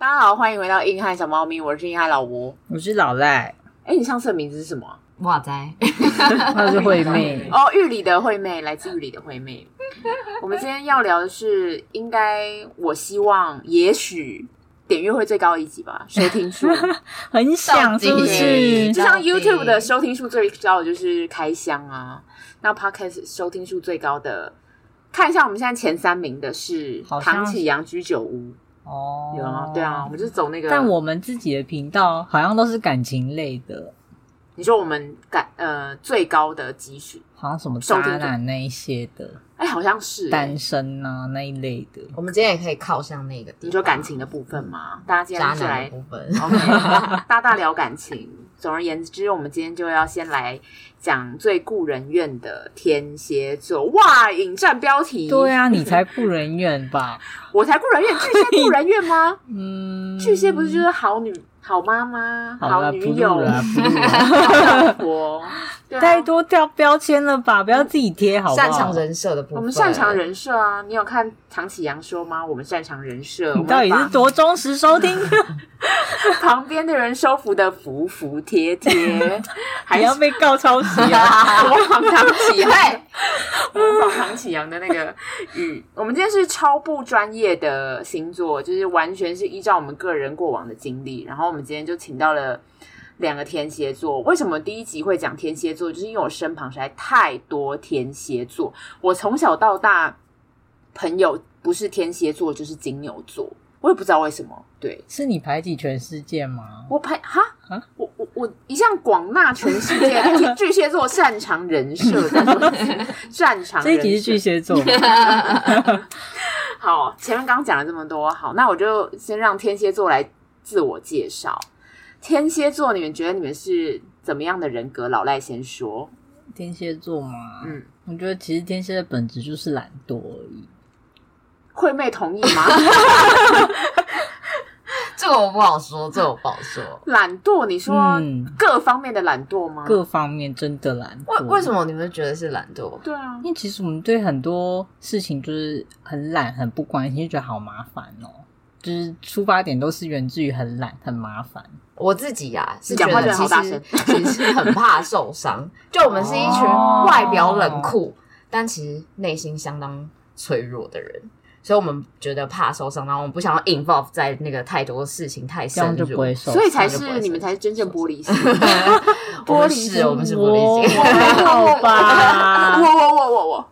家好，欢迎回到硬汉小猫咪，我是硬汉老吴。我是 老赖，哎，你上次的名字是什么啊？哇塞，她是惠妹。哦，玉里的惠妹，来自玉里的惠妹。 我们今天要聊的是，应该我希望，也许点阅会最高一集吧，收听 数。很想是不是到底就像到底 YouTube 的收听数最高的就是开箱啊，那 Podcast 收听数最高的，看一下我们现在前三名的是好像唐启阳居酒屋，哦有吗？对啊，我们就走那个。但我们自己的频道好像都是感情类的，你说我们感呃最高的集数，好像什么收听渣男那一些的，哎，好像是单身啊那一类的。 我们今天也可以靠向那个地方，你说感情的部分嗯吗？大家今渣天是男的来部分， OK 大大聊感情。总而言之，我们今天就要先来讲最顾人怨的天蝎座。哇，引战标题！对，啊，你才不人怨吧？我才顾人怨，巨蟹顾人怨吗？嗯，巨蟹不是就是好女、好妈妈、好啦女不录友、啦不录啦好老婆？ 对啊太多掉标签了吧？不要自己贴好不好？擅长，人设的部分，我们擅长人设啊！你有看唐启阳说吗？我们擅长人设，你到底我们是把多忠实收听？ 旁边的人收服的服服帖帖，还还要被告抄袭啊？模仿唐启阳，模仿唐启阳的那个语。我们今天是超不专业的星座，就是完全是依照我们个人过往的经历，然后我们今天就请到了。两个天蝎座，为什么第一集会讲天蝎座？就是因为我身旁实在太多天蝎座，我从小到大朋友不是天蝎座就是金牛座，我也不知道为什么。对， 是你排挤全世界吗？我排哈啊，我我我一向广纳全世界， 但是巨蟹座擅长人设，但是擅长这一集人是巨设。蟹座吗，好，前面刚刚讲了这么多，好，那我就先让天蝎座来自我介绍。天蝎座，你们觉得你们是怎么样的人格？老赖先说，天蝎座吗？嗯，我觉得其实天蝎的本质就是懒惰而已。惠妹同意 吗？这个我不好说，这个我不好说。懒惰，你说嗯，各方面的懒惰吗？各方面真的懒为惰。为什么？么你们觉得是懒惰？对啊，因为其实我们对很多事情就是很懒、很不关心，就觉得好麻烦哦。就是出发点都是源自于很懒、很麻烦。我自己呀、啊，是讲觉话得真其的好实其实很怕受 伤。就我们是一群哦外表冷酷，但其实内心相当脆弱的人，所以我们觉得怕受伤，然后我们不想要 involve 在那个太多事情太这深样入，就不会受所以才就不会是生你们才是真正玻璃心。我玻们璃是心我们是玻璃心。还好我 吧？我我我我，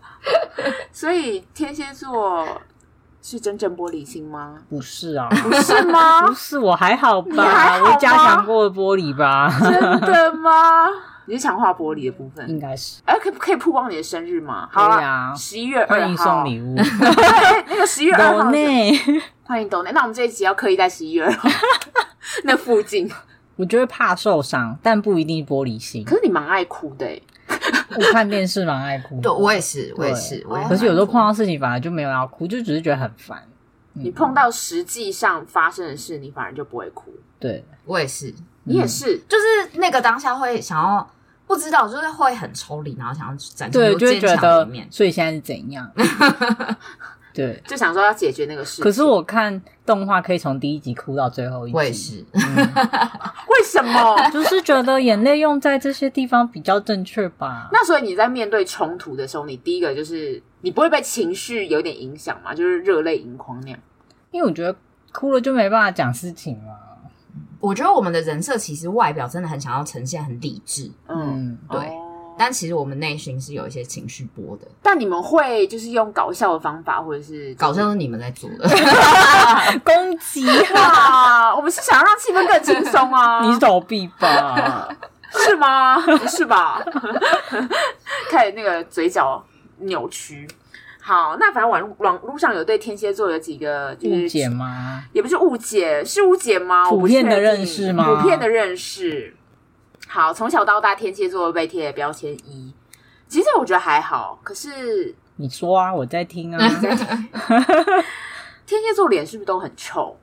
所以天蝎座是真正玻璃心吗？不是啊，是吗不？是我还好你还吧？好吗我加强过玻璃吧，真的吗？你是强化玻璃的部分应。该是。哎、可以可以曝光你的生日吗？好对嗯啊十一月二号欢迎送 礼物，对，那个十一月二有号，内。欢迎抖内。那我们这一集要刻意在十一月二号 那附近。 我觉得怕受伤，但不一定玻璃心。可是你蛮爱哭的、欸，我看电视蛮爱哭的，对，我也是，我也对是，我也哦可很是有时候难过碰到事情反而就没有要哭，就只是觉得很烦。嗯你碰到实际上发生的事，你反而就不会哭。对，我也是，你嗯也是，就是那个当下会想要不知道，就是会很抽离，然后想要展现对，出就会坚觉强得的一面，。所以现在是怎 样？对。就想说要解决那个事情。可是我看动画可以从第一集哭到最后一集，嗯我也是，为什么？ 就是觉得眼泪用在这些地方比较正确吧。那所以你在面对冲突的时候，你第一个就是你不会被情绪有点影响嘛？就是热泪盈眶那样。因为我觉得哭了就没办法讲事情了。我觉得我们的人设其实外表真的很想要呈现很理智，嗯，嗯，对哦但但其实我们内心是有一些情绪波的。但你们会就是用搞笑的方法，或者是搞笑是你们在做 的，啊攻 击哇，我们是想要让气氛更轻松啊？ 你手臂 吧， 是吗？ 是吧？看那个嘴角扭曲。好，那反正网网路上有对天蝎座有几个就是误解吗？也不是误解，是误解吗？普我不遍确定的认识吗普遍的认识。好，从小到大，天蝎座被贴的标签一，其实我觉得还好。可是你说啊，我在听 啊。天蝎座脸是不是都很臭？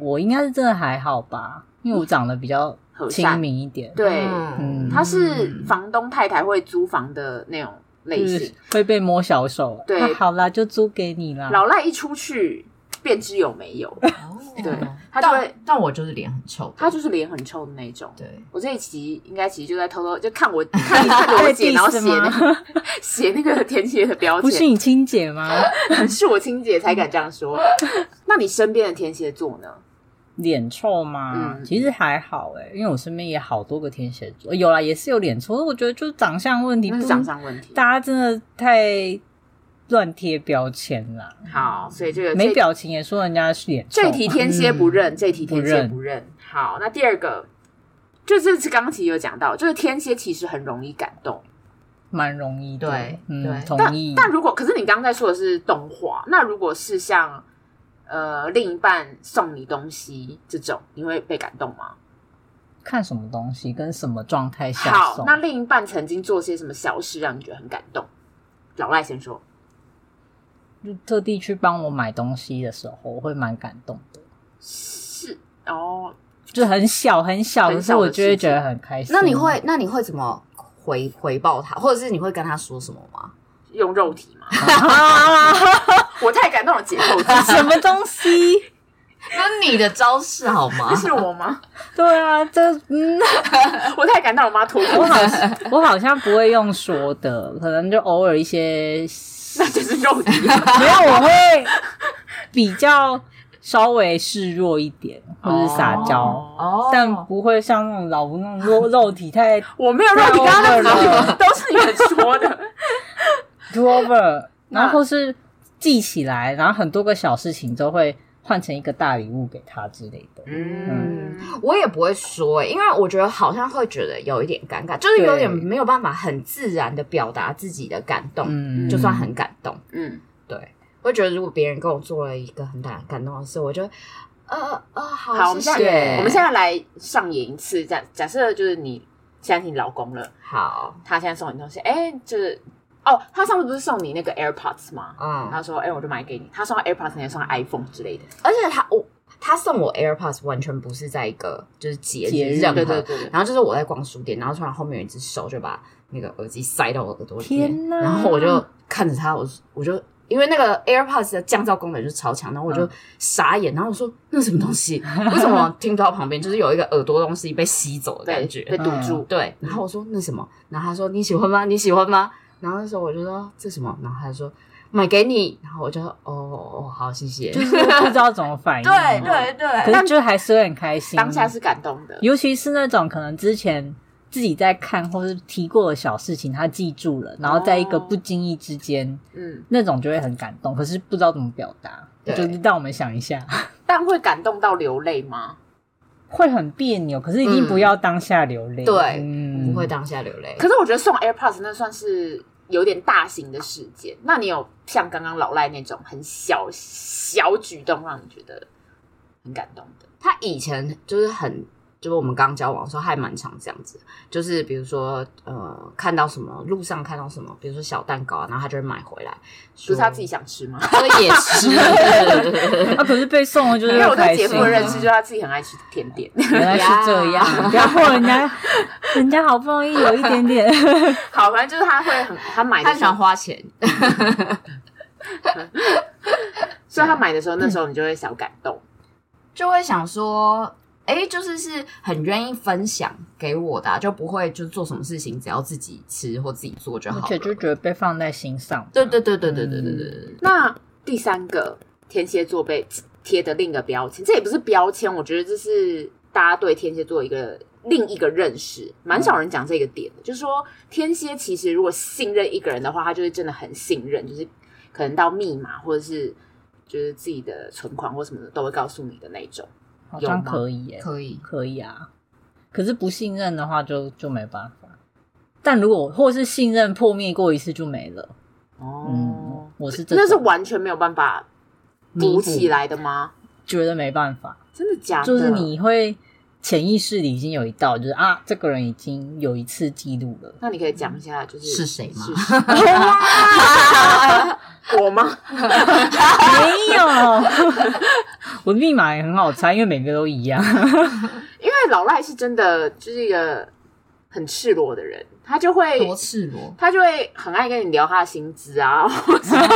我应该是真的还好吧，因为我长得比较和亲善，民一点，对，嗯他是房东太太会租房的那种类就型是。会被摸小手。啊对啊好啦，就租给你啦。老赖一出去，便知有没有。 对哦他就会但但我就是脸很臭，他就是脸很臭的那一种。对，我这一期应该其实就在偷偷就看我看你看着我姐， 在然后 diss 写那个 写那个田姐的标不是签，你亲姐 吗？是我亲姐才敢这样 说。那你身边的天蝎座呢？脸臭吗？嗯其实还好哎、因为我身边也好多个天蝎座，有啦，也是有脸臭，我觉得就是长相问题，那不是长相问题。大家真的太乱贴标签啦，好，所以这个没这表情也说人家是脸臭。这题天蝎不认，这题天不蝎认不认。好，那第二个，就这次刚刚其实有讲到，就是天蝎其实很容易感动，蛮容易的，对嗯对，但同意。但如果可是你刚刚在说的是动画，那如果是像呃另一半送你东西这种，你会被感动吗？看什么东西跟什么状态下好送，，那另一半曾经做些什么小事让你觉得很感动？老赖先说，就特地去帮我买东西的时候，我会蛮感动的，是哦，就很小很小，很可是小的我就会事情觉得很开心。那 你会那你会怎么回回报他，或者是你会跟他说什么吗？用肉体吗？啊？我太感动了，解构 什么东西？那你的招式好吗 这是我吗？对啊，这嗯，我太感动了，我妈脱裤我 子，好像我好像不会用说的，可能就偶尔一些那就是肉体。没有，我会比较稍微示弱一点，或者是撒娇，哦哦但不会像那种老吴那种肉肉体太我没有肉体，刚刚那都是你们说 的。 do over，那然后或是记起来，然后很多个小事情都会换成一个大礼物给他之类的。嗯，我也不会说、欸，因为我觉得好像会觉得有一点尴尬，就是有点没有办法很自然的表达自己的感动，嗯，就算很感动，嗯，对，我会觉得如果别人跟我做了一个很大的感动的事，我就呃呃好，我好，们谢现谢在，我们现在来上演一次，假假设就是你现在是你老公了，好，他现在送你东西，哎，就是哦，他上次不是送你那个 AirPods 吗？嗯，他说：“哎、我就买给你。”他送他 AirPods，你还送他 iPhone 之类的。而且他我他送我 AirPods 完全不是在一个就是节节日日任对对何，对对，然后就是我在逛书店，然后突然后面有一只手就把那个耳机塞到我耳朵里面，天哪然后我就看着他，我我就因为那个 AirPods 的降噪功能就是超强，然后我嗯就傻眼，然后我说那是什么东西？ 为什么听不到旁边就是有一个耳朵东西被吸走的感觉？被堵住。对，嗯然后我说那什么，然后他说你喜欢吗？你喜欢吗？然后那时候我就说这什么，然后他就说买给你，然后我就说哦哦好谢 谢，就是不知道怎么反应。对对嗯可对，是就还是会很开心。啊当下是感动的，尤其是那种可能之前自己在看或是提过的小事情，他记住了，然后在一个不经意之间，嗯，那种就会很感动，可是不知道怎么表达，对就是让我们想一下，但会感动到流泪吗？但会很别扭，可是一定不要当下流泪。 嗯对嗯不会当下流泪。可是我觉得送 AirPods 那算是有点大型的事件。那你有像刚刚老赖那种很小小举动让你觉得很感动的？他以前就是很，就是我们刚交往的时候还蛮常这样子，就是比如说呃，看到什么路上看到什么，比如说小蛋糕啊，然后他就会买回来，不不是他自己，想吃吗？所以也吃，对对对对对啊，可是被送了就因是为我对开姐心夫啊的认识，就是他自己很爱吃甜 点。 原来是这样，不要破人家，人家好不容易有一点 点，好，反正就是他会很他买他的喜时欢候，花钱，所以他买的时候，那时候你就会小感动。就会想说。哎，就是是很愿意分享给我的啊、就不会就做什么事情只要自己吃或自己做就而好且了。就觉得被放在心上。对对对对对对对对对对，那第三个天蝎座被贴的另一个标签，这也不是标签，我觉得这是大家对天蝎座一个另一个认识，蛮少人讲这个点的，就是说天蝎其实如果信任一个人的话，他就是真的很信任，就是可能到密码或者是就是自己的存款或什么的都会告诉你的那种。好像有吗可以耶，可以。可以啊。可是不信任的话就就没办法。但如果或是信任破灭过一次就没了，哦嗯，我是这那是种完全没有办法弥补补起来的吗？觉得没办法。真的假的？就是你会潜意识里已经有一道，就是啊，这个人已经有一次记录了。那你可以讲一下，就是嗯是谁吗是谁 我吗？没有， 我的密码也很好猜，因为每个都一样。因为老赖是真的就是一个很赤裸的人，他就会多赤裸他就会很爱跟你聊他的薪资啊，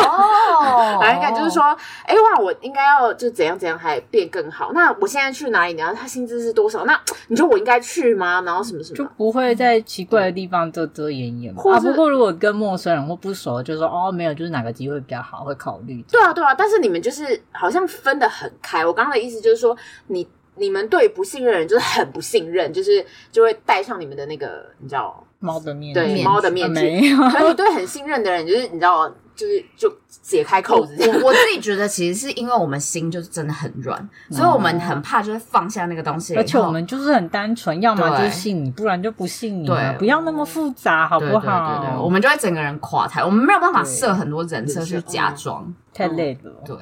哦然后应该就是说，哎、哇，我应该要就怎样怎样还变更好。那我现在去哪里？然后他薪资是多少？那你说我应该去吗？然后什么什就么？不会在奇怪的地方遮遮掩掩嘛。啊嗯或啊，是不过如果跟陌生人或不熟，就说哦没有，就是哪个机会比较好，会考虑。对啊，对啊。但是你们就是好像分得很开。我刚刚的意思就是说，你你们对不信任的人就是很不信任，就是就会戴上你们的那个，你知道。猫的面对具猫的面具啊没有，可是你对很信任的人，就是你知道，就是就解开扣子这样。我我自己觉得，其实是因为我们心就是真的很软，所以我们很怕就是放下那个东西，而且然后我们就是很单纯，要么对就信你，不然就不信你嘛，对不要那么复杂，好不对好？对对对，我们就会整个人垮台，我们没有办法对设很多人设去假装。太累了。嗯对，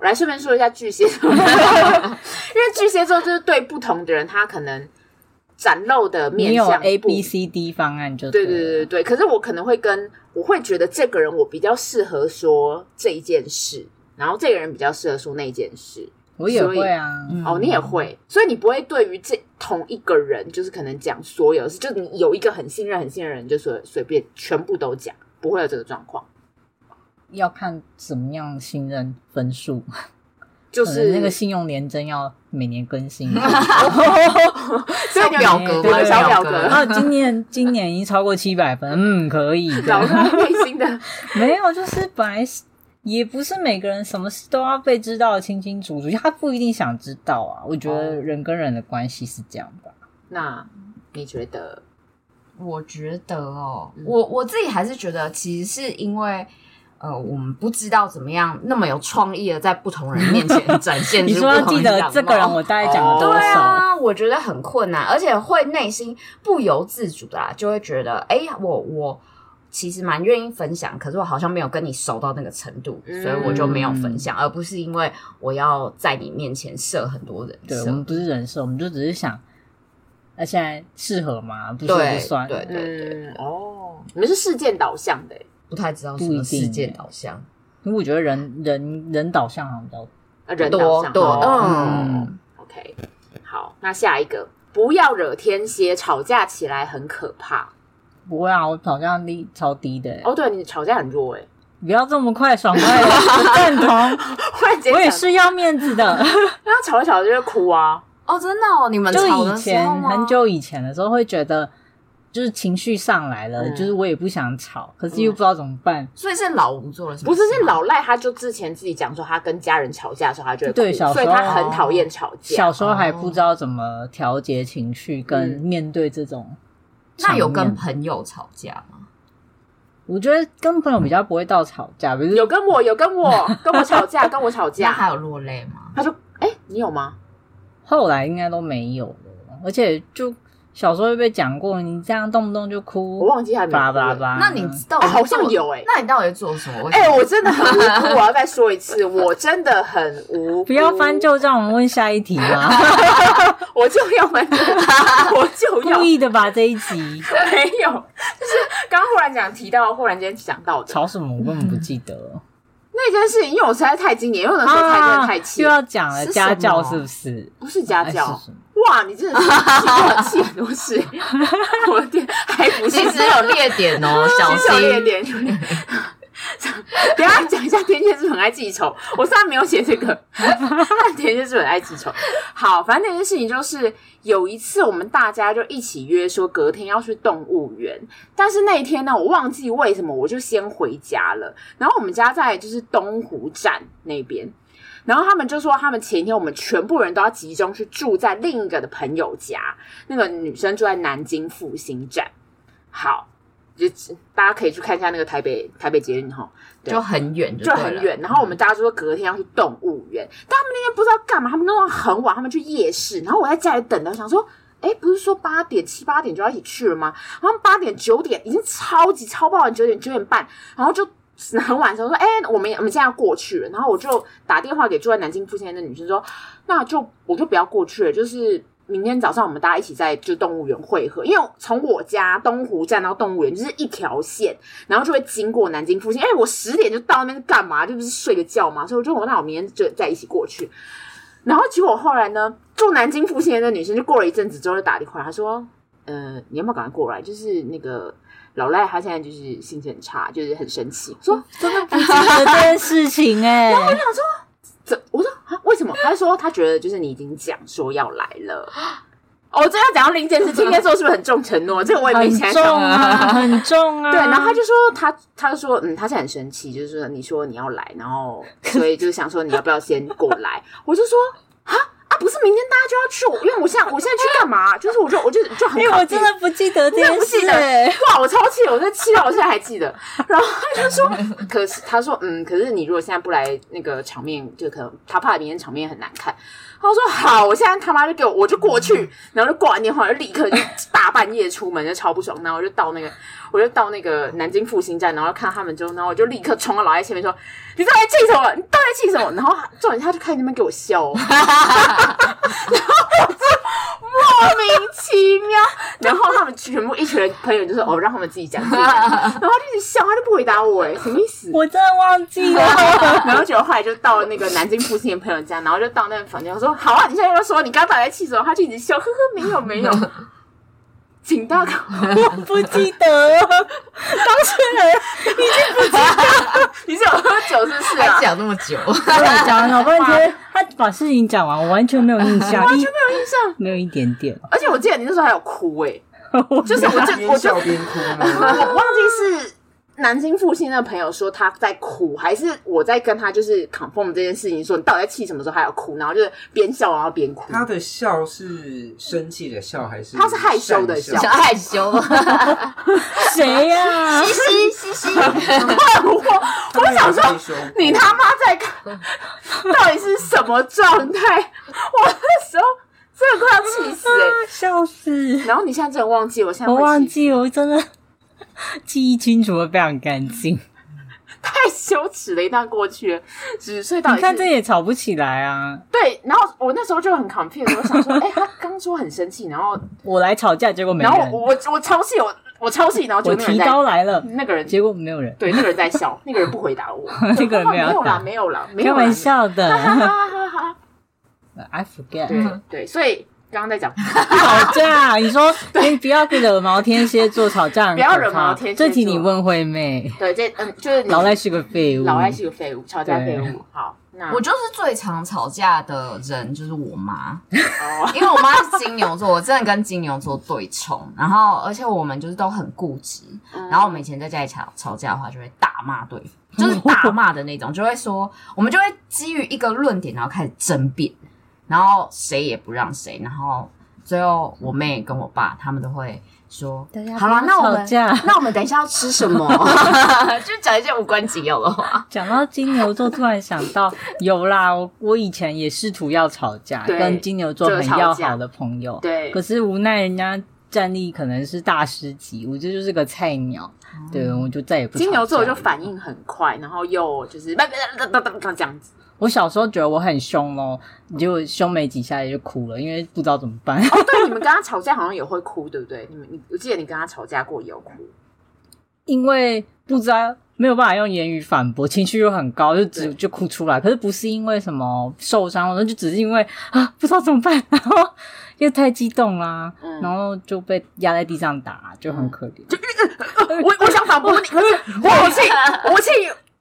我来顺便说一下巨蟹座，因为巨蟹座就是对不同的人，他可能展露的面你有相 A 不 B C D 方案就对对对对对了，对，可是我可能会跟我会觉得这个人我比较适合说这一件事，然后这个人比较适合说那一件事。我也会啊。嗯哦，你也会，所以你不会对于这同一个人，就是可能讲所有事，就你有一个很信任、很信任的人，你就随随便全部都讲，不会有这个状况。要看怎么样信任分数，就可能是那个信用年征要每年 更新。所以你小表对格对对小表对格，啊，今年 今年已经超过七百分，嗯，可以。对找到内心的没有，就是本来是也不是每个人什么事都要被知道得清清楚楚，他不一定想知道啊。我觉得人跟人的关系是这样吧。那你觉得？我觉得哦，我我自己还是觉得，其实是因为。呃，我们不知道怎么样那么有创意的在不同人面前展现。你说要记得这个人，我大概讲了多对少？啊，我觉得很困难，而且会内心不由自主的啦，就会觉得，哎、我我其实蛮愿意分享，可是我好像没有跟你熟到那个程度，嗯所以我就没有分享，而不是因为我要在你面前设很多人对，我设们。不是人设，我们就只是想，那现在适合吗？不适合对就算了。对对对，嗯，哦，你们是事件导向的欸，不太知道什不一么定世界导向因为我觉得人人人导向好像比较呃人导多向多哦嗯， OK，好，那下一个，不要惹天蝎，吵架起来很可怕。不会啊，我导向力超低的、欸哦，对，你吵架很弱哎、 不要这么快爽快的，我 赞同，忽然间我也想，是要面子的。然后吵着吵着就会哭啊。哦，真的哦，你们就吵哦以的时候前吗很久以前的时候，会觉得就是情绪上来了，嗯就是我也不想吵，可是又不知道怎么办。所以是老吴做了什么不事是，吗？是老赖，他就之前自己讲说，他跟家人吵架的时候，他就会哭，对小时所候以他很讨厌吵架。小时候还不知道怎么调节情绪，跟嗯面对这种场那面。有跟朋友吵架吗？我觉得跟朋友比较不会到吵架，比如有跟我，有跟 我，跟我吵架，跟我吵那架。还有落泪吗？他就，哎、你有吗？后来应该都没有了。而且就小时候就被讲过，你这样动不动就哭，我忘记还没叭叭哭叭。嗯那你到底哎好像做欸有哎那你到底做什么？我哎、我真的很无辜，我要再说一次，我真的很无辜。不要翻旧账，我们问下一题吗？我就要翻 旧账，我就要故意的吧这一集。没有，就是刚忽然讲提到，忽然间想到的吵什么？我根本不记得了。那件事情，因为我实在太经典，因为我那时候太真的太气啊又了，要讲了是什么家教是不是？不是家教，哎是什么哇，你真的是气我气很多事，我的天，还不是其实有列点 哦，小小列心。点。 等一下讲一下天蝎是很爱记仇，我虽然没有写这个， 但天蝎是很爱记仇。好，反正那件事情就是有一次我们大家就一起约说隔天要去动物园，但是那一天呢，我忘记为什么我就先回家了。然后我们家在就是东湖站那边，然后他们就说，他们前一天我们全部人都要集中去住在另一个的朋友家，那个女生住在南京复兴站。好，就大家可以去看一下那个台北台北捷运哈，对就很远就对了，啊很远。然后我们大家就说隔天要去动物园，但他们那天不知道干嘛，他们弄到很晚，他们去夜市。然后我在家里等的，我想说。哎，不是说八点七八点就要一起去了吗？然后八点九点已经超级超爆完，九点九点半，然后就很晚的时候说，哎、我们我们现在要过去了。然后我就打电话给住在南京附近的那女生说，那就我就不要过去了，就是明天早上我们大家一起在就动物园汇合，因为从我家东湖站到动物园就是一条线，然后就会经过南京附近。哎、我十点就到那边干嘛？就不是睡个觉嘛，所以我就我那我明天就再一起过去。然后结果后来呢，住南京附近的那女生就过了一阵子之后就打电话，她说：“呃，你要不要赶快过来？就是那个老赖，他现在就是心情很差，就是很生气。我说嗯哎真的不记得这件事情 哎、怎？我说啊，为什么？他说他觉得就是你已经讲说要来 了。哦，这要讲到零件事情，应该说是不是很重承诺？这个我也没想很重到。啊，很重啊。对，然后他就说他，他就说，嗯，他现在很生气，就是说你说你要来，然后所以就是想说你要不要先过来？我就说 啊啊，不是明天大家就要去，因为我现在我现在去干嘛？就是我就我就就很因为搞哎我真的不记得这件事哎、哇，我超气的，我真的气到我现在还记得。 然后他就说，可是他说，嗯，可是你如果现在不来，那个场面就可能他怕明天场面很难看。他说好，我现在他妈就给我，我就过去，然后就挂完电话，就立刻就大半夜出门，就超不爽。然后我就到那个，我就到那个南京复兴站，然后看他们之后，然后我就立刻冲到老赖前面说：“你到底气什么？你到底气什么？”然后他重点是他就开始那边给我笑、哦，然后我就莫名其妙。然后他们全部一群人朋友就说：“哦，让他们自己讲自己讲。”然后他就一直笑，他就不回答我，哎，什么意 思？我真的忘记 了。然后结果后来就到了那个南京附近的朋友家，然后就到那个房间，我说：“好啊，你现在要说你刚刚打来气什么？”他就一直笑，呵呵，没有没有，请大家 我不记得了，当事人你是有喝酒是不是啊嗯还？讲那么 久，我讲了半天，他把事情讲完，我完全没有印象，完全没没有印象，有，没有一点点。而且我记得你那时候还有哭 哎、就是我 就我边就笑边哭啊 我吗？忘记是南京复兴那个朋友说他在哭，还是我在跟他就是 confirm 这件事情，说你到底在气什么时候还要哭，然后就是边笑然后边哭。他的笑是生气的笑还是？他是害羞的笑小害羞，谁呀、嘻嘻嘻 嘻，嗯我 我想说害羞。你他妈在看，到底是什么状态？我那时候真的快要气死哎、笑死！然后你现在真的忘记，我现在我会忘气记，我真的记忆清楚的非常干净。太羞耻了，一旦过去了，只所以到底你看这是也吵不起来啊！对。然后我那时候就很 confused，我想 说，哎、他刚说很生气，然后我来吵架，结果没然人后；我我我超气，我我超气，然后就我那个人提在刀来了，那个人结果没有人。对那个人在 笑，那个人不回答我，哦那个人没没有有打啦，没有啦，没 开有啦玩，笑的哈哈哈。 ，I forget。对对，所以刚刚在讲，吵架，你说你不要惹毛天蝎座，吵架很不要可惹怕毛天蝎座这题你问惠妹，对这嗯，就是你老赖是个废物。老赖是个废物，吵架废对物。好，那我就是最常吵架的人，就是我妈。 哦，因为我妈是金牛座，我真的跟金牛座对冲，然后而且我们就是都很固执，然后我们嗯以前在家里吵吵架的话，就会大骂 对方，就是大骂的那种，就会说我们就会基于一个论点，然后开始争辩，然后谁也不让谁，然后最后我妹跟我爸他们都会说大家，不好要了，那我吵们架 那我们等一下要吃什么， 就讲一些无关紧要的话，讲到金牛座，突然想到有啦，我我以前也试图要吵架，对跟金牛座很要好的朋友，对可是无奈人家战力可能是大师级，我这就是个菜鸟，对，我就再也嗯不金牛座吵我架就了反应很快，然后又就是这样子。我小时候觉得我很凶哦，结果凶没几下也就哭了，因为不知道怎么办。 哦，对，你们跟他吵架好像也会哭，对不对？你们你我记得你跟他吵架过也有哭，因为不知道没有办法用言语反驳，情绪又很高，就只对就哭出来。可是不是因为什么受伤，那就只是因为啊 不知道怎么办，然后又太激动啦、嗯然后就被压在地上打，就很可怜。我我想反驳你，可是我气我气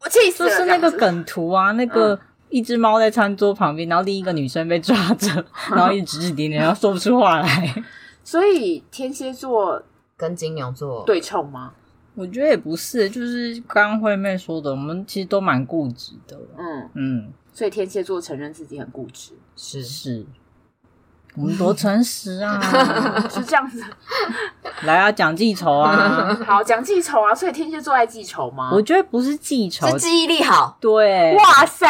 我气死就了，是这那样个子梗图啊， 那个嗯。一只猫在餐桌旁边，然后另一个女生被抓 着，然后一直指指点点，然后说不出话来。所以天蝎座跟金牛座对冲吗？我觉得也不是，就是刚刚惠妹说的，我们其实都蛮固执的。嗯，嗯，所以天蝎座承认自己很固执，是是，我们多诚实 啊！是这样子。来啊，讲记仇 啊！好，讲记仇啊，所以天蝎座爱记仇吗？我觉得不是记仇，是记忆力好，对，哇塞，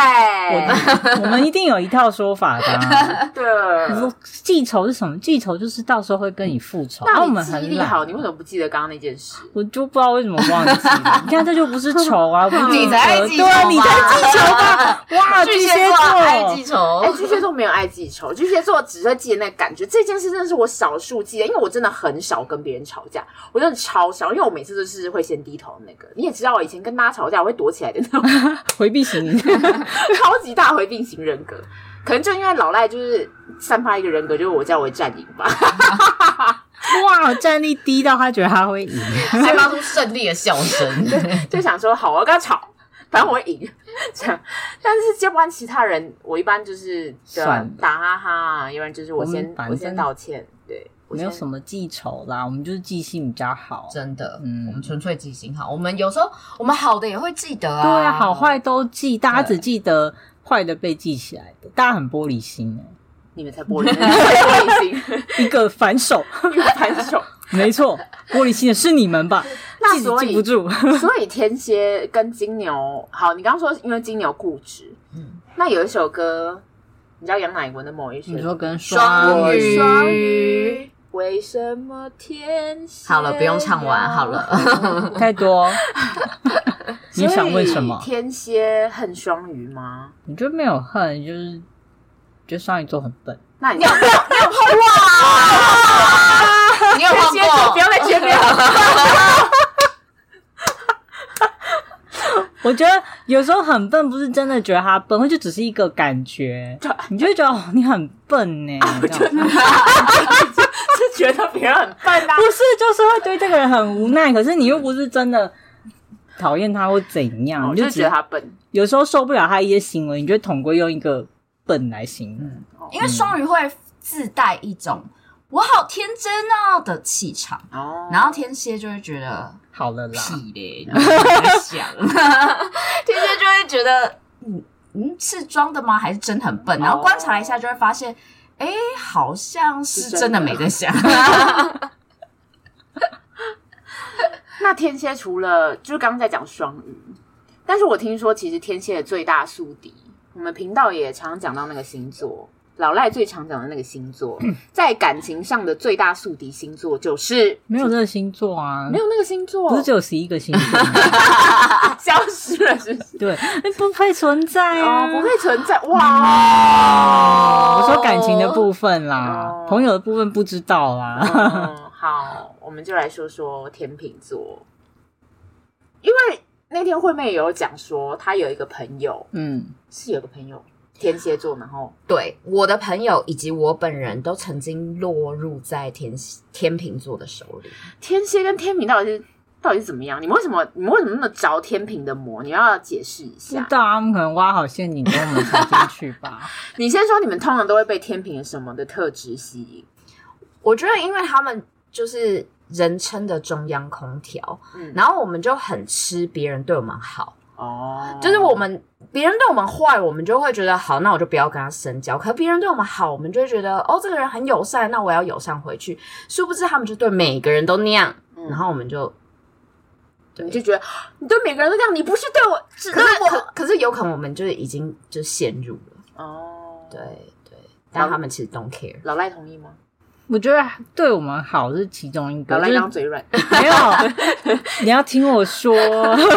我们一定有一套说法的啊、 对，你 说记仇是什么？记仇就是到时候会跟你复仇。啊那我你们记忆很力懒好，你为什么不记得刚刚那件事？我就不知道为什么忘记了。你看，这就不是仇啊，不是 你才爱记仇对啊，你才吧记仇吧？哇， 巨巨蟹蟹座座爱记哦仇 哎、，巨蟹座没有爱记仇，巨蟹座只会记得那个感觉。这件事真的是我少数记得，因为我真的很少跟别人吵架，我真的超少，因为我每次都是会先低头的那个。你也知道，我以前跟大家吵架，我会躲起来的那种回避型。 超级大回避型人格。可能就因为老赖就是散发一个人格，就是我叫为战营吧。哇，战力低到他觉得他会赢，还发出胜利的笑声。 就想说好，我要跟他吵，反正我会赢 这样。但是要不然其他人，我一般就是对啊算了打哈哈，要不然就是我我先们反我先正道歉，对，我没先有什么记仇啦，我们就是记性比较好。真的，嗯我们纯粹记性好。我们有时候我们好的也会记得啊，对啊，好坏都记，大家对只记得坏的被记起来的，大家很玻璃心哎、 你们才玻璃心，玻璃一个反 手，心，一个反 手。没错，玻璃心的是你们吧？那记所以记不住， 所以天蝎跟金牛，好，你刚刚说因为金牛固执，嗯那有一首歌，你知道杨乃文的某一首，你说跟双双鱼双鱼，为什么天蝎？好了，不用唱完，好。了。太 多，所你以想问什么？天蝎恨双鱼吗？你就没有恨，就是觉得双鱼座很笨。那你要 你有天蝎座放不过要？再缺边了。我觉得有时候很笨，不是真的觉得他笨，或就只是一个 感觉，你就会觉得哦，你很笨呢、这样是觉得别人很笨 啊不。是，就是会对这个人很无奈，可是你又不是真的讨厌他或怎样，我你哦就就觉只得他笨，有时候受不了他一些行为，你就会统归用一个笨来形容。因为双鱼会自带一种“我好天真哦”的气场，哦然后天蝎就会觉得好了啦，屁嘞，你在想， 天蝎就会觉得嗯嗯是装的吗？还是真很笨？然后观察一下就会发现，哎，好像是真的没在想。 那天蝎除了就是刚刚在讲双鱼，但是我听说其实天蝎的最大宿敌，我们频道也常讲到那个星座，老赖最常讲的那个星座，在感情上的最大宿敌星座就是没有这个星座啊，没有那个星座，不是只有十一个星座吗，啊 消失了，哎是不是？对，不配存在哦啊，，不会存在哇！我说感情的部分啦，哦朋友的部分不知道啦。嗯，好，我们就来说说天秤座，因为那天惠妹也有讲说，她有一个朋友嗯，是有个朋友天蝎座，然后对，我的朋友以及我本人都曾经落入在天天秤座的手里。天蝎跟天平到底是到底是怎么样？你们为什么你们为什么那么着天平的魔？你要解释一知下。道他们可能挖好陷阱跟我们踩进去 吧。你先说，你们通常都会被天平什么的特质吸引？我觉得，因为他们就是人称的中央空调，嗯，然后我们就很吃别人对我们好，哦，就是我们别人对我们坏，我们就会觉得好，那我就不要跟他深交。可别人对我们好，我们就会觉得哦，这个人很友善，那我要友善回去。殊不知他们就对每个人都那样，嗯然后我们就你就觉得你对每个人都这样，你不是对我，只可对是可我可是有可能我们就是已经就陷入了，哦，对，对，但他们其实 don't care。老赖同意吗？我觉得对我们好是其中一老个，赖就刚刚是嘴 软，没有， 你要听我说。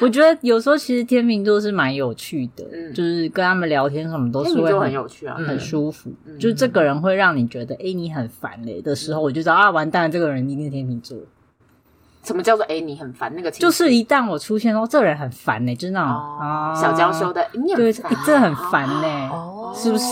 我觉得有时候其实天秤座是蛮有趣的，嗯就是跟他们聊天什么都天是秤会座很很有趣啊，嗯很舒服。嗯就是这个人会让你觉得，哎、你很烦嘞、的时候，我就知道啊，完蛋了，这个人一定是天秤座。什么叫做哎你很烦那个情绪？就是一旦我出现说这个人很烦嘞、欸就是那种、哦啊小娇羞的，你很对，烦啊诶这很烦欸嘞、哦是不是？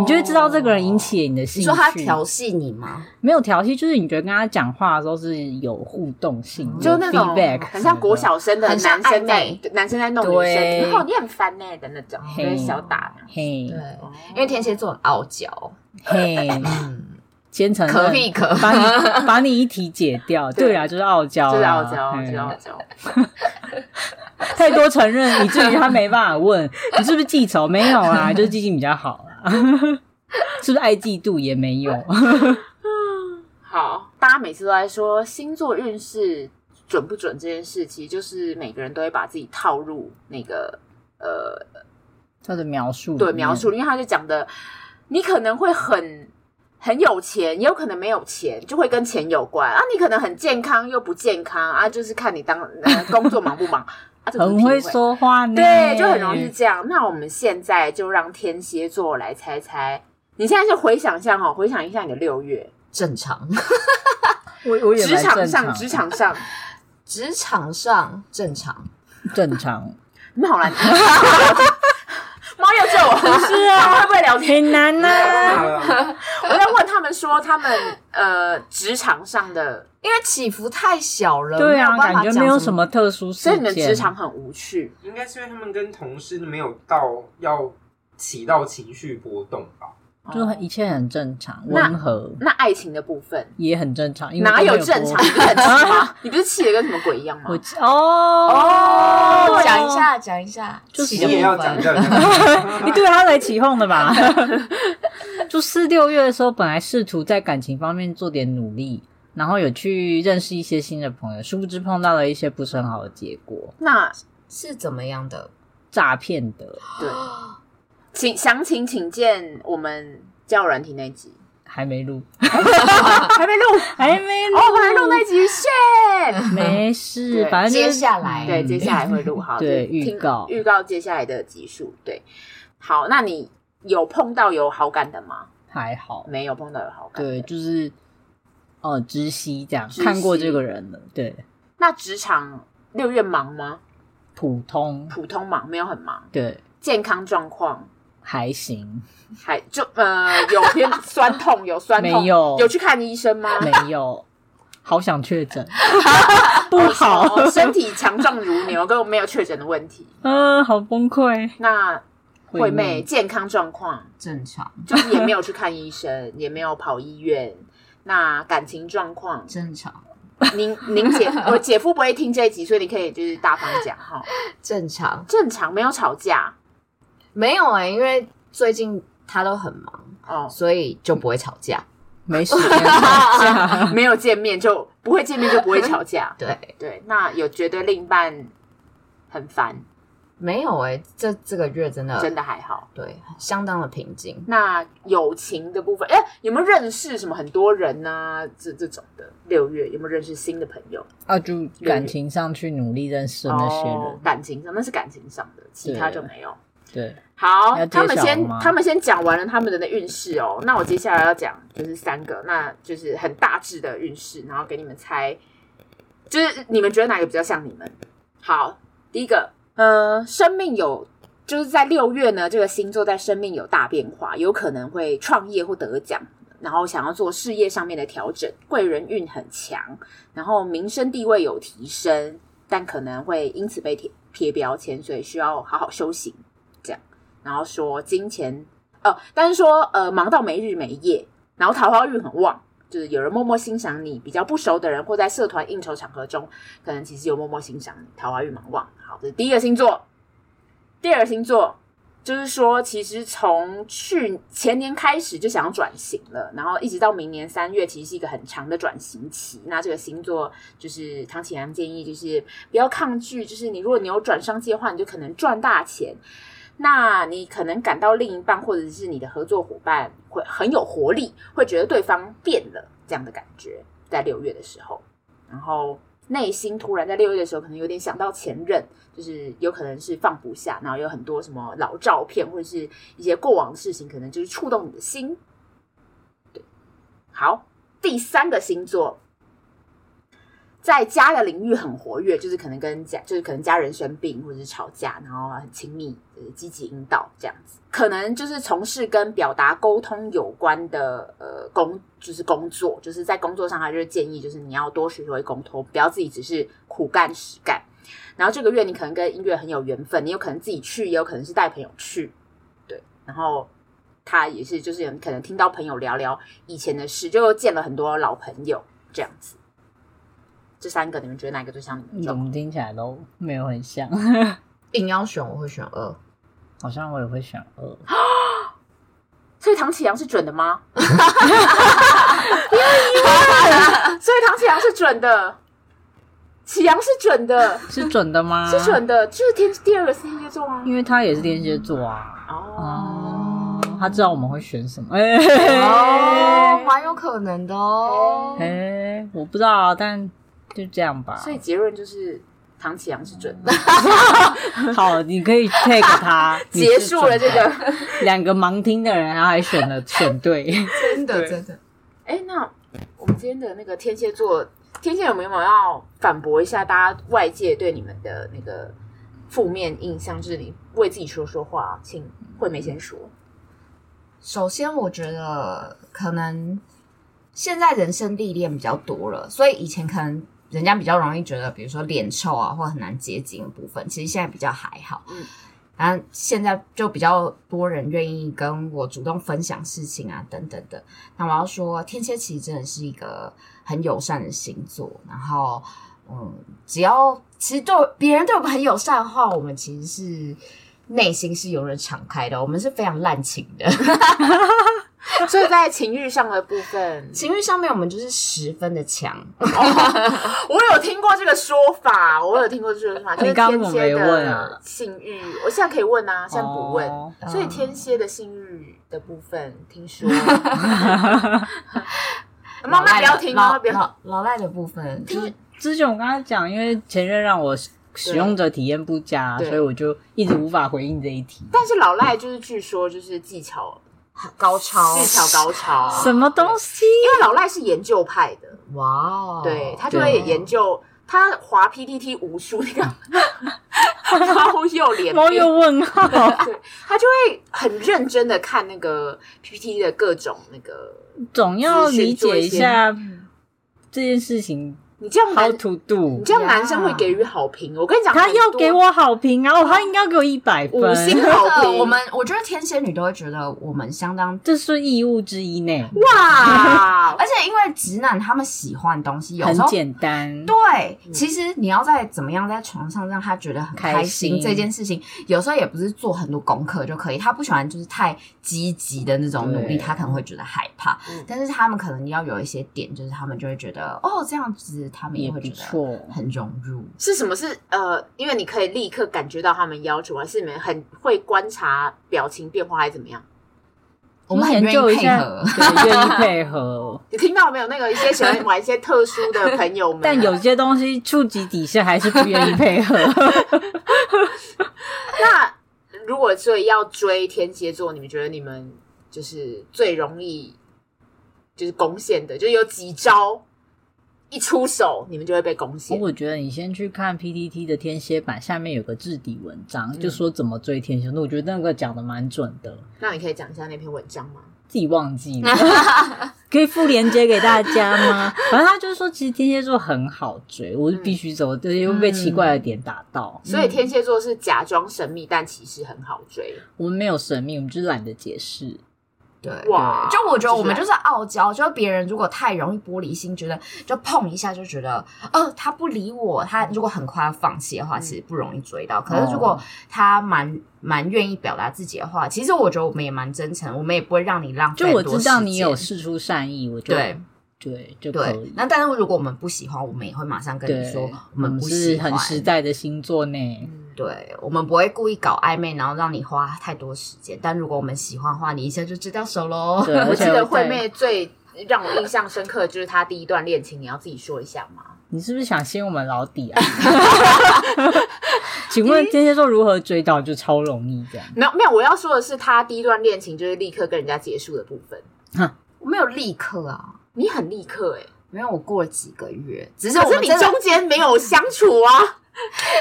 你就会知道这个人引起你的兴你趣。说他调戏你吗？没有调戏，就是你觉得跟他讲话的时候是有互动性，就那种 feedback，很像国小生的很男像生暧在昧对男生在弄女生，对然后你很烦呢的那种，就嘿是小打。哦嘿对，因为天蝎座很傲娇，嘿，嗯，先承认可以可把你把你一体解掉。对对啊，就是傲娇啊，就是傲娇，嘿就是傲娇。太多承认，以至于他没办法问你是不是记仇，没有啦，就是记性比较好啦。 是不是爱嫉妒也没有？好，大家每次都在说星座运势准不准这件事，其实就是每个人都会把自己套入那个呃他的描述对里面描述，因为他就讲的，你可能会很很有钱，也有可能没有钱，就会跟钱有关啊。你可能很健康又不健康啊，就是看你当、呃、工作忙不忙啊。这个不是很评会论说话呢，对，就很容易是这样。那我们现在就让天蝎座来猜猜，你现在就回想一下哦，回想一下你的六月，正常。我我也蛮职场正上，常职场 上，职场上正常，正常，你们好难听。猫又救我， 是啊，会不会聊天？很难呐、啊我在问他们说，他们呃职场上的，因为起伏太小了，对啊，有办法感觉讲没有什什么特殊事所以你们件。职场很无趣。应该是因为他们跟同事没有到要起到情绪波动吧？就很一切很正常，那温和哦那爱情的部分也很正常，因为哪都没有有正播常？你不是很气 吗？你不是气的跟什么鬼一样吗我？哦哦讲一，下，讲一下，就是你起的部也要分讲一下讲一下。你对他来起哄的吧？ 就是六月的时候，本来试图在感情方面做点努力，然后有去认识一些新的朋友，殊不知碰到了一些不是很好的结果，那是怎么样的？诈骗的，对，请详情请见我们教软体那一集，还没录， 还没录哦， 还没录，我们还录那一集，shit。没事，对反正就是嗯接下来对，接下来会录 好，对就是听预告预告接下来的集数，对，好，那你有碰到有好感的吗？还好，没有碰到有好感，对，，就是哦，知悉这样知悉看过这个人了，对，那职场六月忙吗？普通，普通忙，没有很忙，对，健康状况还行，还就呃有 偏酸痛，有酸痛，没有有去看医生吗？没有，好想确诊，不好，哦身体强壮如牛，跟我没有确诊的问题。嗯，好崩溃。那惠惠妹妹健康状况正常，就是也没有去看医生，也没有跑医院。那感情状况，正常，您您姐我姐夫不会听这一集，所以你可以就是大方讲哈，正常，正常没有吵架没有哎、因为最近他都很忙，哦，所以就不会吵架。没时间 吵架，没有见面就不会见面就不会吵架。对，对，那有觉得另一半很烦，没有哎、这这个月真嗯的真的还好。对相当的平静。那友情的部分，哎、有没有认识什么很多人呐、这这种的，六月有没有认识新的朋友？啊，就感情上去努力认识那些人，哦、感情上，那是感情上的，其他就没有。对，好要，他们揭晓先吗他们先讲完了他们的运势哦。那我接下来要讲就是三个，那就是很大致的运势，然后给你们猜，就是你们觉得哪个比较像你们？好，第一个，呃，生命有。就是在六月呢，这个星座在生命有大变化，有可能会创业或得奖，然后想要做事业上面的调整，贵人运很强，然后民生地位有提升，但可能会因此被贴贴标签，所以需要好好修行。这样，然后说金钱，哦，但是说呃忙到没日没夜，然后桃花运很旺，就是有人默默欣赏你，比较不熟的人或在社团应酬场合中，可能其实有默默欣赏你，桃花运蛮旺。好，这是第一个星座，第二个星座。就是说，其实从去前年开始就想要转型了，然后一直到明年三月，其实是一个很长的转型期。那这个星座就是唐启阳建议，就是不要抗拒，就是你如果你有转商机的话，你就可能赚大钱。那你可能感到另一半或者是你的合作伙伴会很有活力，会觉得对方变了这样的感觉，在六月的时候，然后内心突然在六月的时候可能有点想到前任，就是有可能是放不下，然后有很多什么老照片或者是一些过往的事情，可能就是触动你的心。对，好，第三个星座。在家的领域很活跃，就是可能跟家，就是可能家人生病或者是吵架，然后很亲密，呃，积极引导这样子。可能就是从事跟表达沟通有关的呃工，就是工作，就是在工作上，他就是建议就是你要多学会沟通，不要自己只是苦干实干。然后这个月你可能跟音乐很有缘分，你有可能自己去，也有可能是带朋友去，对。然后他也是就是有可能听到朋友聊聊以前的事，就见了很多老朋友这样子。这三个你们觉得哪一个最像你们的怎状况？么听起来都没有很像，硬要选，我会选二。好像我也会选 二，所以唐启阳是准的 吗？ 因为所以唐启阳是准的，启阳是准的，是准的吗？是准，的，就是天第二个是天蝎座啊。因为他也是天蝎座啊，哦，哦哦，他知道我们会选什么，哦，蛮有可能的哦。哎哎，我不知道啊，但就这样吧。所以结论就是唐启阳是准的。好，你可以 take 他。你结是束了这准的个，两个盲听的人，然后还选了选对，真的对真的，哎，那我们今天的那个天蝎座，天蝎有没有要反驳一下大家外界对你们的那个负面印象，就是你为自己说说话，请惠美先说。首先，我觉得可能现在人生历练比较多了，所以以前可能人家比较容易觉得，比如说脸臭啊，或很难接近的部分，其实现在比较还好。嗯嗯，然后现在就比较多人愿意跟我主动分享事情啊，等等的。那我要说，天蝎其实真的是一个很友善的星座，然后嗯，只要其实对别人对我们很友善的话，我们其实是。内心是永远敞开的，我们是非常滥情的。所以在情欲上的部 分，情欲上面，我们就是十分的强。哦我有听过这个说法，我有听过这个说法，就是你刚刚天我蝎没问啊的性欲，我现在可以问啊，现在不问。哦所以天蝎的性欲的部分，听说 妈妈不要听，妈老妈不要老老赖的部分，就是之前我刚刚讲，因为前任让我使使用者体验不佳，对所以我就一直无法回应这一题。但是老赖就是据说就是技巧高超技巧高超，什么东西？因为老赖是研究派的，哇哦，对他就对会研究，他滑 PPT 无数那 个猫鼬哎脸猫变又问号，对他就会很认真的看那个 PPT 的各种那个， 总要理解一下嗯这件事情你这样 how 男， to 你 do。这样男生会给予好评。我跟你讲，他很多要给我好评啊，他应该要给我一百分，五星真好的， 评，我们我觉得天蝎女都会觉得我们相当，这是义务之一呢， 哇，而且因为直男他们喜欢的东西有很时候。简单。对，其实你要在怎么样在床上让他觉得很开嗯开心心这件事情，有时候也不是做很多功课就可以。他不喜欢就是太积极的那种努对力，他可能会觉得害怕。嗯但是他们可能要有一些点，就是他们就会觉得哦，这样子他们也会不觉得错，很融入。是什么？是呃，因为你可以立刻感觉到他们要求，还是你们很会观察表情变化，还是怎么样？我们很研愿究意一配下，合。对，愿意配 合。你听到没有？那个一些喜欢玩一些特殊的朋友 们，啊但有些东西触及底线，还是不愿意配合。 那如果所以要追天蝎座，你们觉得你们就是最容易就是攻陷的，就是有几招一出手，你们就会被攻陷。我觉得你先去看 PTT 的天蝎版，下面有个置底文章，嗯就说怎么追天蝎。那我觉得那个讲的蛮准 的，那你可以讲一下那篇文章吗？自己忘记了，可以附链接给大家吗？ 反正他就是说，其实天蝎座很好追，我是嗯必须走，对，因为被奇怪的点打到。嗯所以天蝎座是假装神秘，但其实很好追。我们没有神秘，我们就是懒得解释。对，哇啊就我觉得我们就就是是傲娇，就是别人如果太容易玻璃心，觉得就碰一下就觉得，呃，他不理我，他如果很快要放弃的嗯话，其实不容易追到。可是哦如果他蛮蛮愿意表达自己的话，其实我觉得我们也蛮真诚，我们也不会让你浪费就哦很我多知道时你间有事出善意，我就对对就可对以。。那但是如果我们不喜欢，我们也会马上跟你对，说，我们们不是喜欢。很实在的星座呢。 嗯，对，我们不会故意搞暧昧，然后让你花太多时间。但如果我们喜欢的话，你一下就知道手喽。对，我而记且得在惠妹最让我印象深刻的就是她第一段恋情，你要自己说一下吗？你是不是想先我们老底 啊？请问天蝎座如何追到？就超容易这样。没有，没有，我要说的是她第一段恋情就是立刻跟人家结束的部分。我没有立刻啊，你很立刻哎、没有，我过了几个月，只是欸，我可是们你真的中间没有相处啊。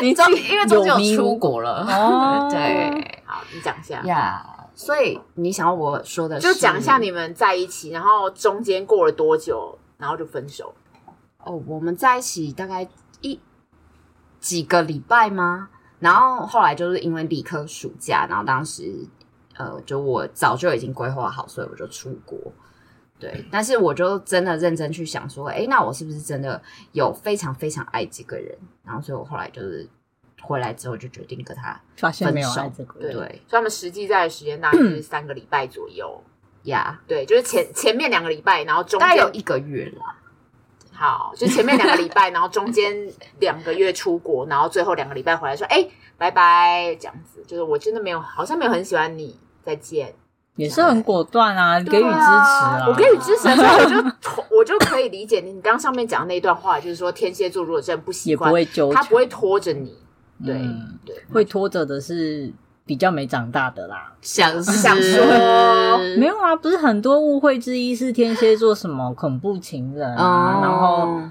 你中因为中间有出国国了，哦 对 好，你讲一下。呀所以你想要我说的哦就是讲一下你们在一起，然后中间过了多久，然后就分手。哦，我们在一起大概一几个礼拜吗？然后后来就是因为理科暑假，然后当时呃，就我早就已经规划好，所以我就出国。对，但是我就真的认真去想说，诶，那我是不是真的有非常非常爱这个人？然后所以我后来就是回来之后就决定跟他发现没有爱分手这个对，人，所对以他们实际在的时间大概是三个礼拜左右。呀对，就是前前面两个礼拜，然后中大概间有一个月了。好，就前面两个礼拜，然后中间两个月出国，然后最后两个礼拜回来说，哎、拜拜，这样子。就是我真的没有，好像没有很喜欢你，再见。也是很果断啊，给予支持啊。我给予支持的时 候，我就我就可以理解你你刚上面讲的那段话，就是说天蝎座如果真的不习也不惯，会纠缠，他不会拖着你。对、嗯对，会拖着的是比较没长大的啦。想想说哦没有啊，哦不是很多误会之一是天蝎座什么恐怖情人啊，然后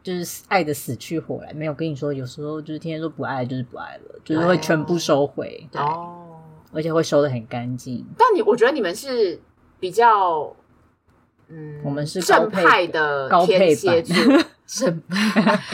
就是爱的死去活来，没有跟你说，有时候就是天天说不爱就是不爱了，就是会全部收回，对哦，而且会收的很干净。但你我觉得你们是比较，嗯，我们是高正配派的高配天蝎座， 正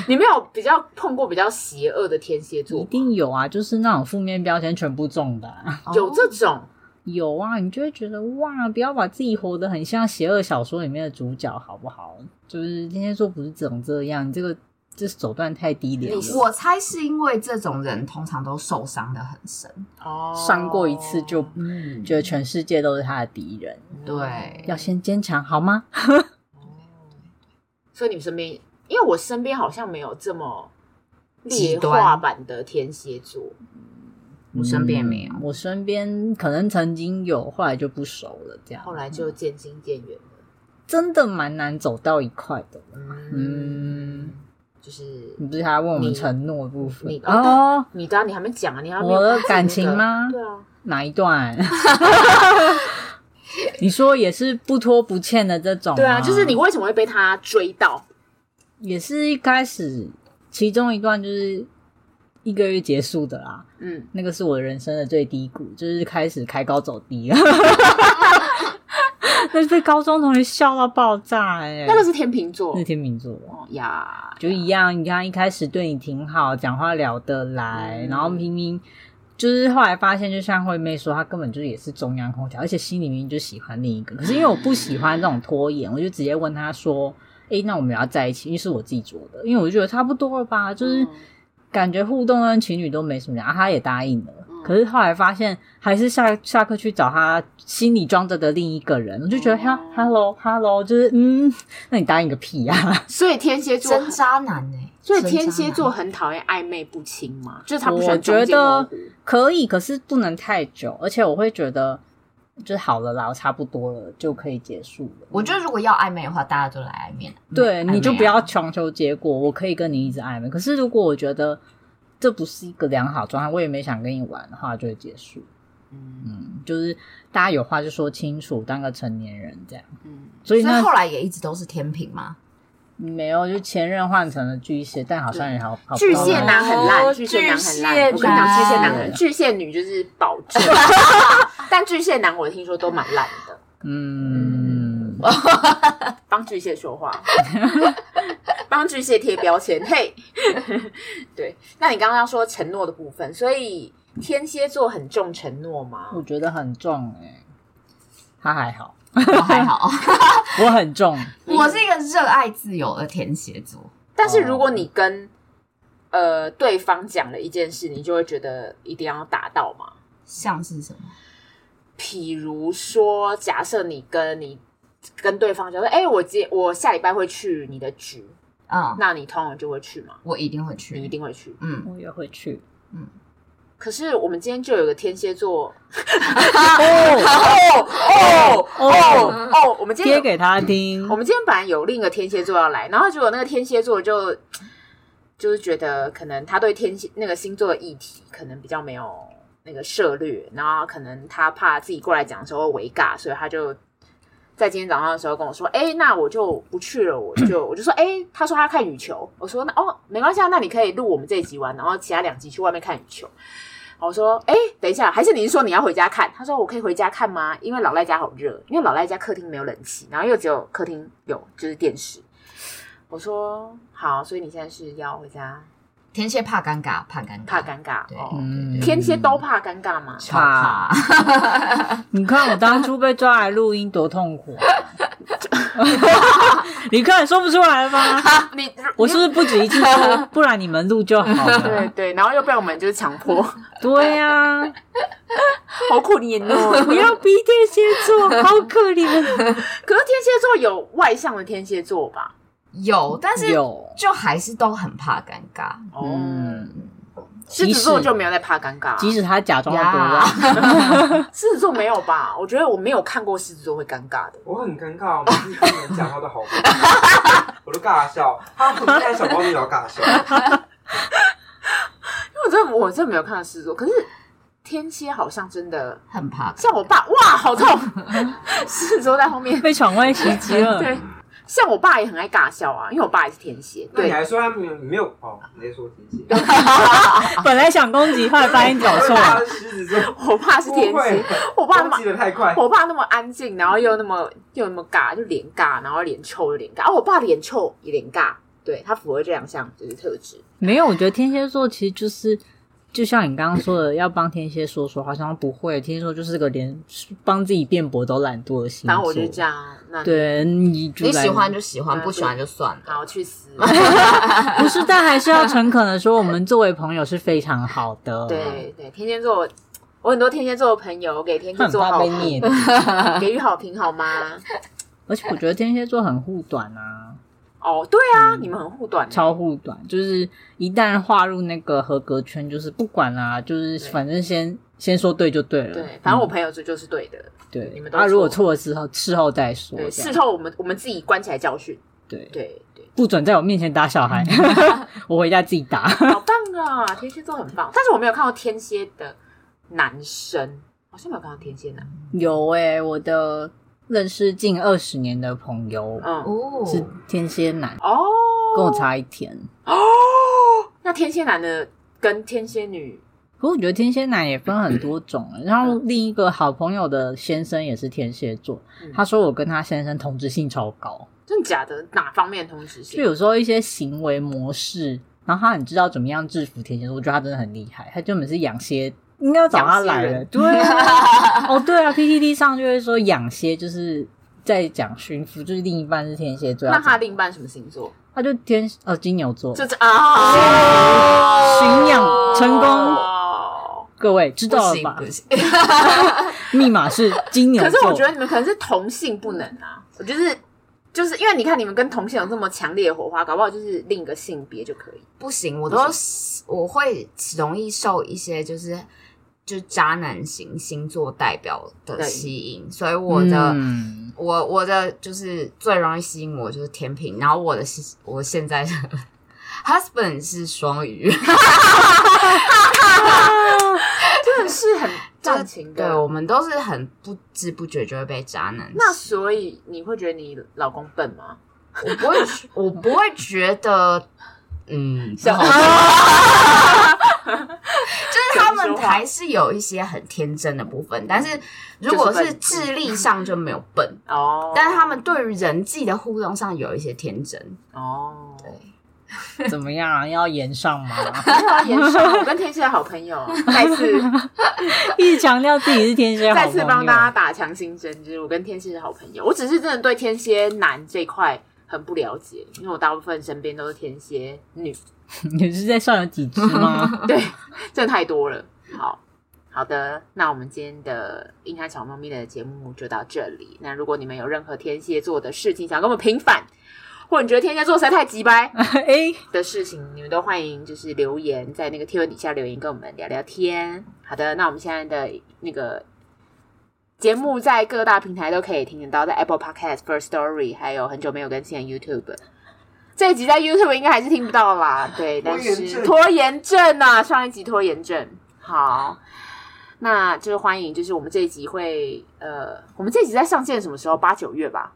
你没有比较碰过比较邪恶的天蝎座一吗，定有啊，就是那种负面标签全部中的啊、 有这种有啊，你就会觉得哇，不要把自己活得很像邪恶小说里面的主角，好不好？就是天蝎座不是这种这样，你这个这手段太低劣你是了。我猜是因为这种人通常都受伤的很深，哦伤过一次就嗯，觉得全世界都是他的敌人，对要先坚强好吗？所以你们身边，因为我身边好像没有这么极劣端化版的天蝎座，我身边没有嗯我身边可能曾经有，后来就不熟了，这样后来就渐行渐远了。真的蛮难走到一块的。嗯，就是你不是还问我们你承诺的部分你哦？你的啊、你还没讲啊，你还没有我开的始感那情个吗哦对啊，哪 一段？你说也是不拖不欠的这种吗，对啊，就是你为什么会被他追到？也是一开始其中一段就是一个月结束的啦，嗯，那个是我人生的最低谷，就是开始开高走 低了， 那是被高中同学笑到爆炸哎、那个是天秤座那。天秤座的。哦呀，就一样，你看一开始对你挺好，讲话聊得来，嗯然后明明就是后来发现，就像惠妹说，她根本就也是中央空调，而且心里明明就喜欢另一个，可是因为我不喜欢这种拖延，我就直接问她说：“诶、那我们要在一起？”因为是我自己做的，因为我就觉得差不多了吧，就是嗯感觉互动跟情侣都没什么，然后她也答应了。嗯可是后来发现，还是下下课去找她心里装着的另一个人，我就觉得哈哦，hello hello，就是嗯，那你答应个屁啊呀、所以天蝎座真，渣男呢、所以真天渣蝎男座很讨厌暧昧不清嘛，就是他不喜我欢中觉间模得糊可以，可是不能太久，而且我会觉得就是好了啦，我差不多了就可以结束了。我觉得如果要暧昧的话，大家都来暧昧了。对，暧昧啊你就不要强求结果，我可以跟你一直暧昧。可是如果我觉得这不是一个良好状态，我也没想跟你玩的话，就会结束。嗯嗯，就是大家有话就说清楚，当个成年人这样。嗯，所以所以那后来也一直都是天平 嘛。没有，就前任换成了巨蟹，但好像也好好巨蟹男很烂，哦巨蟹男巨很蟹烂，我跟你讲，男巨蟹男很，巨蟹女就是保 证，但巨蟹男我听说都蛮烂的。嗯，帮巨蟹说话， 帮巨蟹贴标签。嘿， 对，那你刚刚要说承诺的部分，所以天蝎座很重承诺吗？我觉得很重哎、他还好，我哦还好，我很重。我是一个热爱自由的天蝎座。但是如果你跟呃对方讲了一件事，你就会觉得一定要达到嘛。像是什么？譬如说，假设你跟你跟对方讲说，哎、我今我下礼拜会去你的局，嗯，那你通常就会去吗？我一定会你一去。定会去。嗯，我也会去。可是我们今天就有个天蝎座，哦，哦哦啊哦哦，我们今天贴有给他听我。们今天本来有另一个天蝎座要来，然后结果那个天蝎座就就是觉得可能他对天蝎那个星座的议题可能比较没有那个涉略，然后可能他怕自己过来讲的时候会违尬，所以他就在今天早上的时候跟我说：“哎、那我就不去了。”我就我就说：“哎、他说他看羽球。”我说：“那哦，没关系，啊，那你可以录我们这一集玩，然后其他两集去外面看羽球。”我说：“哎、等一下，还是你是说你要回家看？”他说：“我可以回家看吗？因为老赖家好热，因为老赖家客厅没有冷气，然后又只有客厅有就是电视。”我说：“好，所以你现在是要回家天蝎怕尴尬，怕尴尬，怕尴尬对哦？嗯天蝎都怕尴尬吗？超怕。你看我当初被抓来录音多痛苦、 啊，你看说不出来吗？啊你我是不是啊不止一次说，不然你们录就好对了？对，然后又被我们就是强 迫，对呀、好可怜哦。 不要逼天蝎座，好可怜。可是天蝎座有外向的天蝎座吧？ 有，但是有，就还是都很怕尴尬。哦，嗯，狮即子使座就没有在怕尴尬，即使他假装的多烂，狮子座没有吧？我觉得我没有看过狮子座会尴尬的。 我很尴尬，我每次跟你们讲话都好尴尬，我都尬笑。他们在小猫咪也要 尬笑，因为我真的我真的没有看到狮子座，可是天蝎好像真的 很怕。 像我爸，哇，好痛！狮子座在后面，被闯外袭击了。 对，像我爸也很爱尬笑啊，因为我爸也是天蝎，那对你，还说他没有没有哦？你在说天 蝎？本来想攻击，后来发现搞错他了。的狮子座我爸是天不会蝎，我爸那么攻击的太快，我爸那么安静，然后又那么又那么尬，就脸尬，然后脸臭又脸尬。哦，我爸脸臭也脸尬，对他符合这两项就是特质。没有，我觉得天蝎座其实就是，就像你刚刚说的，要帮天蝎说说，好像不会。天蝎座就是个连帮自己辩驳都懒惰的星座。反正我就是这。样啊，那对，你就你来喜欢就喜欢，嗯不喜欢就算了。好去 死。不是，但还是要诚恳的说，我们作为朋友是非常好 的。，对对，天蝎座，我很多天蝎座的朋友我给天蝎很座怕好被评，虐的，给予好评好吗？而且我觉得天蝎座很护短啊，哦，对啊，你们很护短欸，嗯超护短，就是一旦划入那个合格圈，就是不管啦、就是对反正先先说对就对了。对，反正我嗯朋友这就是对的，对你们都啊，如果错错了之后，事后再说。对，这样事后我们我们自己关起来教训，对，对对，不准在我面前打小孩， 我回家自己打。好棒啊，天蝎座很棒，但是我没有看到天蝎的男生，好像没有看到天蝎男，有诶、我的认识近二十年的朋友、嗯，哦是天蝎男，哦，跟我差一天。哦，那天蝎男的跟天蝎女可我觉得天蝎男也分很多种欸，然后另一个好朋友的先生也是天蝎座嗯，他说我跟他先生同质性超高，真的假的哪方面同时就性？有时候一些行为模式，然后他很知道怎么样制服天蝎座，我觉得他真的很厉害，他根本是养蝎，应该要找他来养蝎了，人对 啊， 哦对啊，PPT 上就会说养蝎就是在讲驯服，就是另一半是天蝎座，那要他讲另一半什么星座？他就天哦金牛座，这是啊，哦驯养成功哦各位知不道了行吧不？行，哎密码是金 牛可座，是我觉得你们可能是同性不能啊，我就是就是因为你看你们跟同性有这么强烈的火花，搞不好就是另一个性别就可以。不行，我都是我会容易受一些就是就渣男型星座代表的对吸引，所以我的、嗯我我的就是最容易吸引我就是天平，然后我的是我现在的 husband 是双鱼， 真的是很 就是重情对啊的。我们都是很不知不觉就会被渣男吸引。那所以你会觉得你老公笨吗？我不会觉，我不会觉得，嗯，就小是他们还是有一些很天真的部分，但是如果是智力上就没有笨，哦，但是他们对于人际的互动上有一些天真。哦，对，怎么样、啊？要延上吗？ 没有啊严 少，我跟天蝎的好朋友再次一直强调自己是天蝎，再次帮大家家。打强心针，就是我跟天蝎是好朋友。我只是真的对天蝎男这一块很不了解，因为我大部分身边都是天蝎女， 你是在上有几只吗？ 对，真的太多了。好好的，那我们今天的硬汉小猫咪的节目就到这里。那如果你们有任何天蝎座的事情想跟我们平反，或者你觉得天蝎座实在太鸡掰哎、的事情，你们都欢迎就是留言在那个贴文底下留言，跟我们聊聊天。好的，那我们现在的那个节目在各大平台都可以听得到，在 Apple Podcast、First Story，还有很久没有更新的 YouTube。这一集在 YouTube 应该还是听不到啦，对，但是拖延症啊，上一集拖延症。好，那就是欢迎，就是我们这一集会呃，我们这一集在上线什么时候？八九月吧。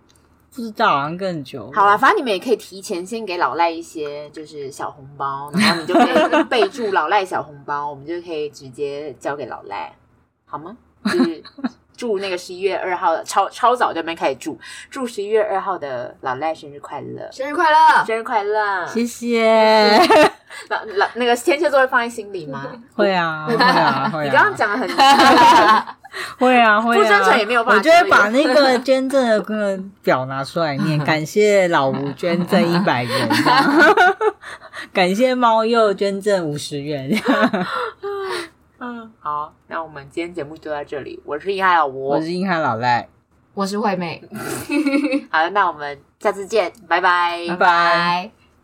不知道，好像更久。好啦，，反正你们也可以提前先给老赖一些就是小红包，然后你就可以 备注老赖小红包，我们就可以直接交给老赖，好吗？就是祝那个十一月二号的超超早就没开始祝，祝十一月二号的老赖生日快乐，生日快乐！生日快乐！谢谢。老老那个天蝎座会放在心里吗？会啊，会啊，会啊。你刚刚讲的很， 会啊，会 啊。不真诚也没有办法我就会遮掩把那个捐赠的那个表拿出来 念，感谢老吴捐赠一百元，这 样感谢猫鼬捐赠五十元。这样嗯，好，那我们今天节目就到这里，我是易海老吴我，是硬汉老赖，我是惠妹，好，那我们下次见，拜拜，拜拜。